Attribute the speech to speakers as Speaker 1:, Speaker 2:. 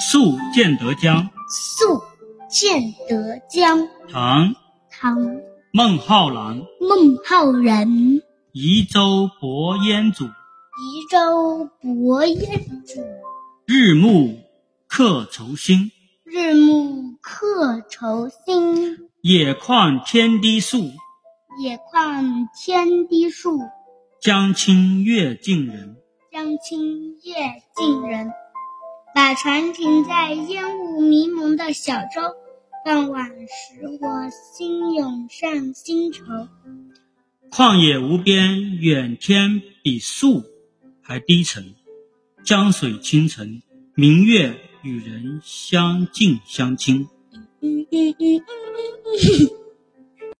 Speaker 1: 宿建德江，
Speaker 2: 宿建德江，
Speaker 1: 唐·
Speaker 2: 唐·
Speaker 1: 孟浩然。
Speaker 2: 孟浩然。
Speaker 1: 移舟泊烟渚，
Speaker 2: 移舟泊烟渚，
Speaker 1: 日暮客愁新。
Speaker 2: 日暮客愁新。
Speaker 1: 野旷天低树，
Speaker 2: 野旷天低树，
Speaker 1: 江清月近人。
Speaker 2: 江清月近人。把船停在烟雾迷蒙的小舟，傍晚时我心涌上心头。
Speaker 1: 旷野无边，远天比树还低沉。江水清澄，明月与人相近相亲。
Speaker 2: 嗯嗯嗯嗯嗯。